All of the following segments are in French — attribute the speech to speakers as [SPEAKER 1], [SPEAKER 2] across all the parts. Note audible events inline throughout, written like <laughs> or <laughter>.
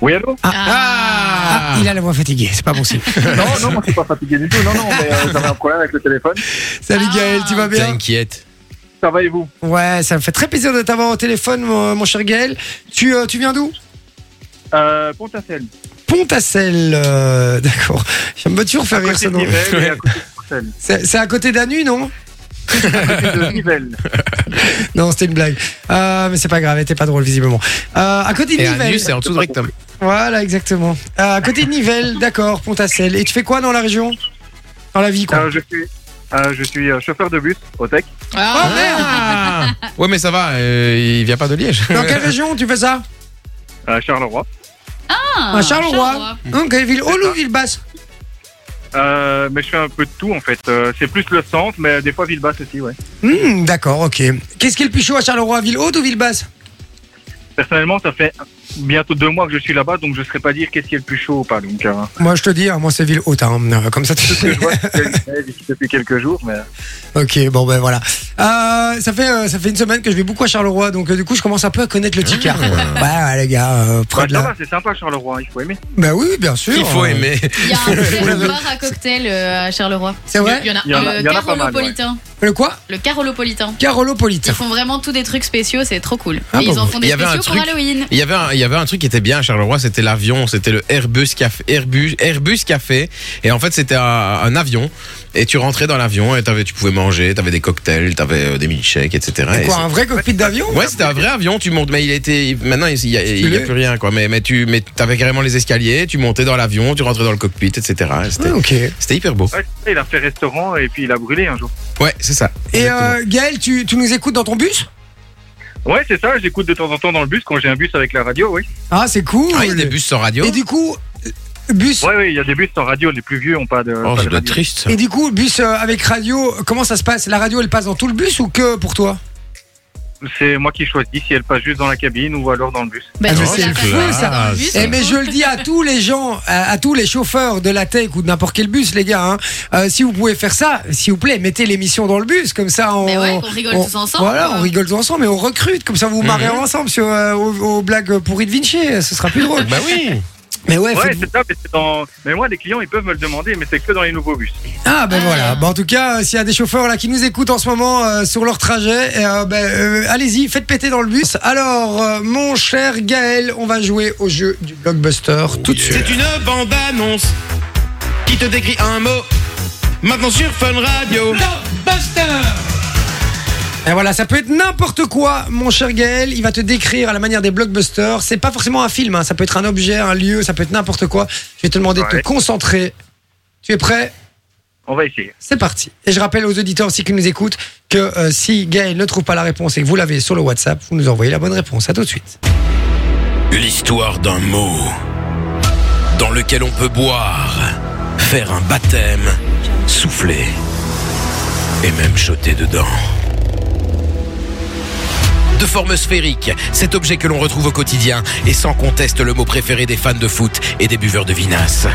[SPEAKER 1] Oui,
[SPEAKER 2] <laughs>
[SPEAKER 1] allô
[SPEAKER 2] Ah,
[SPEAKER 3] Ah.
[SPEAKER 2] ah, il a la voix fatiguée, c'est pas
[SPEAKER 1] <laughs>
[SPEAKER 2] bon signe.
[SPEAKER 1] Non, non, moi je suis pas fatigué du tout. Non, non, mais euh, j'avais un problème avec le téléphone.
[SPEAKER 2] Salut
[SPEAKER 3] Ah.
[SPEAKER 2] Gaël, tu vas bien
[SPEAKER 4] T'inquiète.
[SPEAKER 1] Ça va et vous
[SPEAKER 2] Ouais, ça me fait très plaisir de t'avoir au téléphone, mon, mon cher Gaël. Tu, euh, tu viens d'où
[SPEAKER 1] euh, Pontacelle,
[SPEAKER 2] Pont à euh, <laughs> d'accord. Je me toujours faire rire
[SPEAKER 1] côté
[SPEAKER 2] ce
[SPEAKER 1] de
[SPEAKER 2] nom.
[SPEAKER 1] Nivelles et à côté de
[SPEAKER 2] <laughs>
[SPEAKER 1] Bruxelles.
[SPEAKER 2] C'est c'est à côté d'Anu, non
[SPEAKER 1] Côté de Nivelles.
[SPEAKER 2] Non, c'était une blague. Euh, mais c'est pas grave, elle était pas drôle visiblement. Euh, à côté de
[SPEAKER 4] Et un nu,
[SPEAKER 2] Nivelles.
[SPEAKER 4] Eh, c'est en dessous de rectum.
[SPEAKER 2] Voilà, exactement. Euh, à côté de Nivelles, d'accord, Pont à Et tu fais quoi dans la région Dans la vie, quoi.
[SPEAKER 1] Euh, je suis, euh, je suis euh, chauffeur de bus au Tech.
[SPEAKER 2] Ah, merde
[SPEAKER 4] Ah <laughs> Ouais, mais ça va, euh, il vient pas de Liège.
[SPEAKER 2] Dans quelle région tu fais ça
[SPEAKER 1] à Charleroi.
[SPEAKER 2] À Charlerrois.
[SPEAKER 4] Mmh.
[SPEAKER 2] Ok, ville haute ou ville basse
[SPEAKER 1] Euh, mais je fais un peu de tout en fait. Euh, c'est plus le centre, mais des fois Villebasse aussi, ouais.
[SPEAKER 2] Hmm, D'accord, ok. Qu'est-ce qui est le plus chaud à Charleroi Ville haute ou ville basse
[SPEAKER 1] Personnellement, ça fait bientôt deux mois que je suis là-bas, donc je ne saurais pas dire qu'est-ce qui est le plus chaud ou pas. Donc, euh,
[SPEAKER 2] <laughs> Moi, je te dis, hein, moi, c'est ville haute. hein. Euh, Comme ça, tu
[SPEAKER 1] je vois que c'est une grève ici depuis quelques jours, mais
[SPEAKER 2] <laughs> Ok, bon ben voilà. Euh, ça fait euh, ça fait une semaine que je vais beaucoup à Charleroi, donc euh, du coup je commence un peu à connaître le
[SPEAKER 4] Ah.
[SPEAKER 2] Ticard. Ouais, ouais, les gars, euh, près
[SPEAKER 1] Bah,
[SPEAKER 2] de
[SPEAKER 1] ça
[SPEAKER 2] là.
[SPEAKER 1] va, c'est sympa Charleroi, il faut aimer.
[SPEAKER 2] Bah oui, bien sûr.
[SPEAKER 4] <laughs> Il faut
[SPEAKER 2] Euh,
[SPEAKER 4] aimer.
[SPEAKER 3] Il y a
[SPEAKER 2] <laughs>
[SPEAKER 3] un très bar à cocktail euh, à Charleroi.
[SPEAKER 2] C'est vrai
[SPEAKER 3] Il y en a,
[SPEAKER 1] Il y en a-
[SPEAKER 3] le
[SPEAKER 1] il y en a pas mal,
[SPEAKER 3] Carolopolitain.
[SPEAKER 2] Le quoi
[SPEAKER 3] Le Carolopolitain.
[SPEAKER 2] Carolopolite.
[SPEAKER 3] Ils font vraiment tous des trucs spéciaux, c'est trop cool.
[SPEAKER 2] Ah
[SPEAKER 3] Et ils
[SPEAKER 2] bon.
[SPEAKER 3] en font
[SPEAKER 4] Il
[SPEAKER 3] des
[SPEAKER 4] y avait un
[SPEAKER 3] spéciaux pour
[SPEAKER 4] truc-
[SPEAKER 3] Halloween.
[SPEAKER 4] Il y, avait un, il y avait un truc qui était bien à Charleroi, c'était l'avion, c'était le Airbus Café. Airbus, Airbus Café. Et en fait, c'était un, un avion. Et tu rentrais dans l'avion et t'avais- tu pouvais manger, t'avais des cocktails, t'avais euh, des milkshakes, etc.
[SPEAKER 2] C'est
[SPEAKER 4] Et
[SPEAKER 2] quoi, un vrai cockpit d'avion
[SPEAKER 4] c'est- Ouais, c'était un vrai avion, tu montes, mais il était. Maintenant, il n'y a, il y a plus rien, quoi. Mais, mais tu mais avais carrément les escaliers, tu montais dans l'avion, tu rentrais dans le cockpit, etc. Et C'était
[SPEAKER 2] Ah, Ok. Et
[SPEAKER 4] c'était hyper beau.
[SPEAKER 1] Ouais, il a fait restaurant et puis il a brûlé un jour.
[SPEAKER 4] Ouais, c'est ça. Exactement.
[SPEAKER 2] euh, Gaël, tu, tu nous écoutes dans ton bus
[SPEAKER 1] Ouais, c'est ça, j'écoute de temps en temps dans le bus quand j'ai un bus avec la radio, oui.
[SPEAKER 2] Ah, c'est cool.
[SPEAKER 4] Ah, il y a des bus sans radio.
[SPEAKER 2] Et du coup, euh, bus.
[SPEAKER 1] Ouais, oui, il y a des bus sans radio, les plus vieux ont pas de.
[SPEAKER 4] Oh,
[SPEAKER 1] pas
[SPEAKER 4] ça
[SPEAKER 1] de
[SPEAKER 4] doit être
[SPEAKER 1] radio.
[SPEAKER 4] triste. ça.
[SPEAKER 2] Et du coup, bus euh, avec radio, comment ça se passe La radio, elle passe dans tout le bus ou que pour toi
[SPEAKER 1] C'est moi qui choisis si elle passe juste dans la cabine ou alors dans le bus.
[SPEAKER 3] Bah,
[SPEAKER 2] Ah,
[SPEAKER 3] tu
[SPEAKER 2] mais
[SPEAKER 3] vois,
[SPEAKER 2] c'est
[SPEAKER 3] la
[SPEAKER 2] fou,
[SPEAKER 3] personne
[SPEAKER 2] ça.
[SPEAKER 3] dans le bus,
[SPEAKER 2] Eh mais je le dis à tous les gens, à, à tous les chauffeurs de la tech ou de n'importe quel bus, les gars. hein. Euh, si vous pouvez faire ça, s'il vous plaît, mettez l'émission dans le bus, comme ça on.
[SPEAKER 3] Mais ouais, qu'on rigole
[SPEAKER 2] on-
[SPEAKER 3] tous ensemble,
[SPEAKER 2] Oh, Voilà,
[SPEAKER 3] quoi.
[SPEAKER 2] on rigole tous ensemble, mais on recrute, comme ça vous vous marrez ensemble sur, euh, aux, aux blagues pourries de Vinci, ce sera plus
[SPEAKER 4] <laughs>
[SPEAKER 2] drôle.
[SPEAKER 4] Bah oui.
[SPEAKER 2] mais ouais,
[SPEAKER 1] Ouais,
[SPEAKER 2] faites-
[SPEAKER 1] c'est ça, mais c'est dans. Mais moi, les clients, ils peuvent me le demander, mais c'est que dans les nouveaux bus.
[SPEAKER 2] Ah ben
[SPEAKER 3] Ah.
[SPEAKER 2] voilà. Bah, en tout cas, euh, s'il y a des chauffeurs là qui nous écoutent en ce moment euh, sur leur trajet, euh, ben, euh, allez-y, faites péter dans le bus. Alors, euh, mon cher Gaël, on va jouer au jeu du blockbuster tout de suite.
[SPEAKER 4] C'est une bande-annonce qui te décrit un mot. Maintenant sur Fun Radio.
[SPEAKER 2] Et voilà, ça peut être n'importe quoi, mon cher Gaël. Il va te décrire à la manière des blockbusters. C'est pas forcément un film, hein. ça peut être un objet, un lieu, ça peut être n'importe quoi. Je vais te demander de
[SPEAKER 1] Ouais.
[SPEAKER 2] te concentrer. Tu es prêt
[SPEAKER 1] On va essayer.
[SPEAKER 2] C'est parti. Et je rappelle aux auditeurs aussi qui nous écoutent que euh, si Gaël ne trouve pas la réponse et que vous l'avez sur le WhatsApp, vous nous envoyez la bonne réponse. À tout de suite.
[SPEAKER 4] L'histoire d'un mot dans lequel on peut boire, faire un baptême, souffler et même jeter dedans. De forme sphérique, cet objet que l'on retrouve au quotidien est sans conteste le mot préféré des fans de foot et des buveurs de vinasse.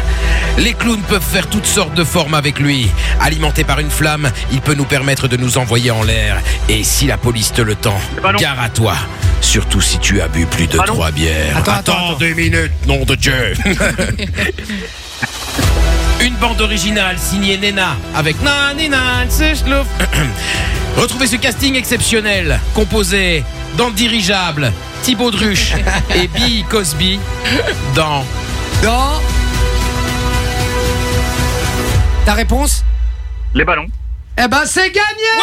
[SPEAKER 4] Les clowns peuvent faire toutes sortes de formes avec lui. Alimenté par une flamme, il peut nous permettre de nous envoyer en l'air. Et si la police te le tend,
[SPEAKER 1] Le ballon.
[SPEAKER 4] gare à toi. Surtout si tu as bu plus de
[SPEAKER 1] Ballon.
[SPEAKER 4] trois bières.
[SPEAKER 2] Attends, attends, attends.
[SPEAKER 4] deux minutes, nom de
[SPEAKER 2] <laughs>
[SPEAKER 4] Dieu. Une bande originale signée Nena avec Nani Nan Sechlouf. <coughs> Retrouvez ce casting exceptionnel composé dans Dirigeable,
[SPEAKER 2] <laughs>
[SPEAKER 4] Thibaut Druche et Bill Cosby dans
[SPEAKER 2] Dans. Ta réponse
[SPEAKER 1] Les ballons.
[SPEAKER 2] Eh ben, c'est gagné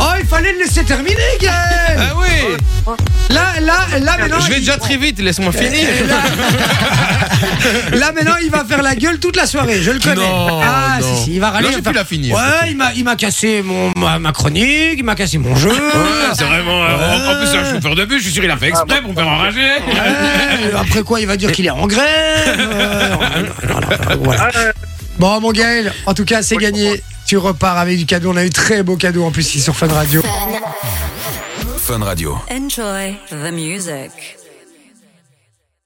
[SPEAKER 2] Oh, il fallait le laisser terminer, Gaël
[SPEAKER 4] Ah oui
[SPEAKER 2] Là, là, là, maintenant.
[SPEAKER 4] Je vais
[SPEAKER 2] il-
[SPEAKER 4] déjà très vite, laisse-moi finir.
[SPEAKER 2] Et là... là, maintenant il va faire la gueule toute la soirée, je le connais.
[SPEAKER 4] Non,
[SPEAKER 2] ah
[SPEAKER 4] non.
[SPEAKER 2] si si, il va râler.
[SPEAKER 4] Là, j'ai
[SPEAKER 2] il va
[SPEAKER 4] pu
[SPEAKER 2] faire-
[SPEAKER 4] la finir,
[SPEAKER 2] Ouais, il m'a il m'a cassé mon ma, ma chronique, il m'a cassé mon jeu.
[SPEAKER 4] Ouais, c'est vraiment. euh, En en plus, c'est un chauffeur de bus, je suis sûr, il a fait exprès pour me faire enrager.
[SPEAKER 2] Ouais, après quoi, il va dire qu'il est en
[SPEAKER 4] <laughs>
[SPEAKER 2] grève. euh, non, non, non, non, voilà.
[SPEAKER 1] Ah, euh,
[SPEAKER 2] Bon, mon Gaël, en tout cas, c'est
[SPEAKER 1] Oui, pour moi.
[SPEAKER 2] gagné. Tu repars avec du cadeau. On a eu très beau cadeau en plus ici sur Fun Radio.
[SPEAKER 5] Enjoy the music.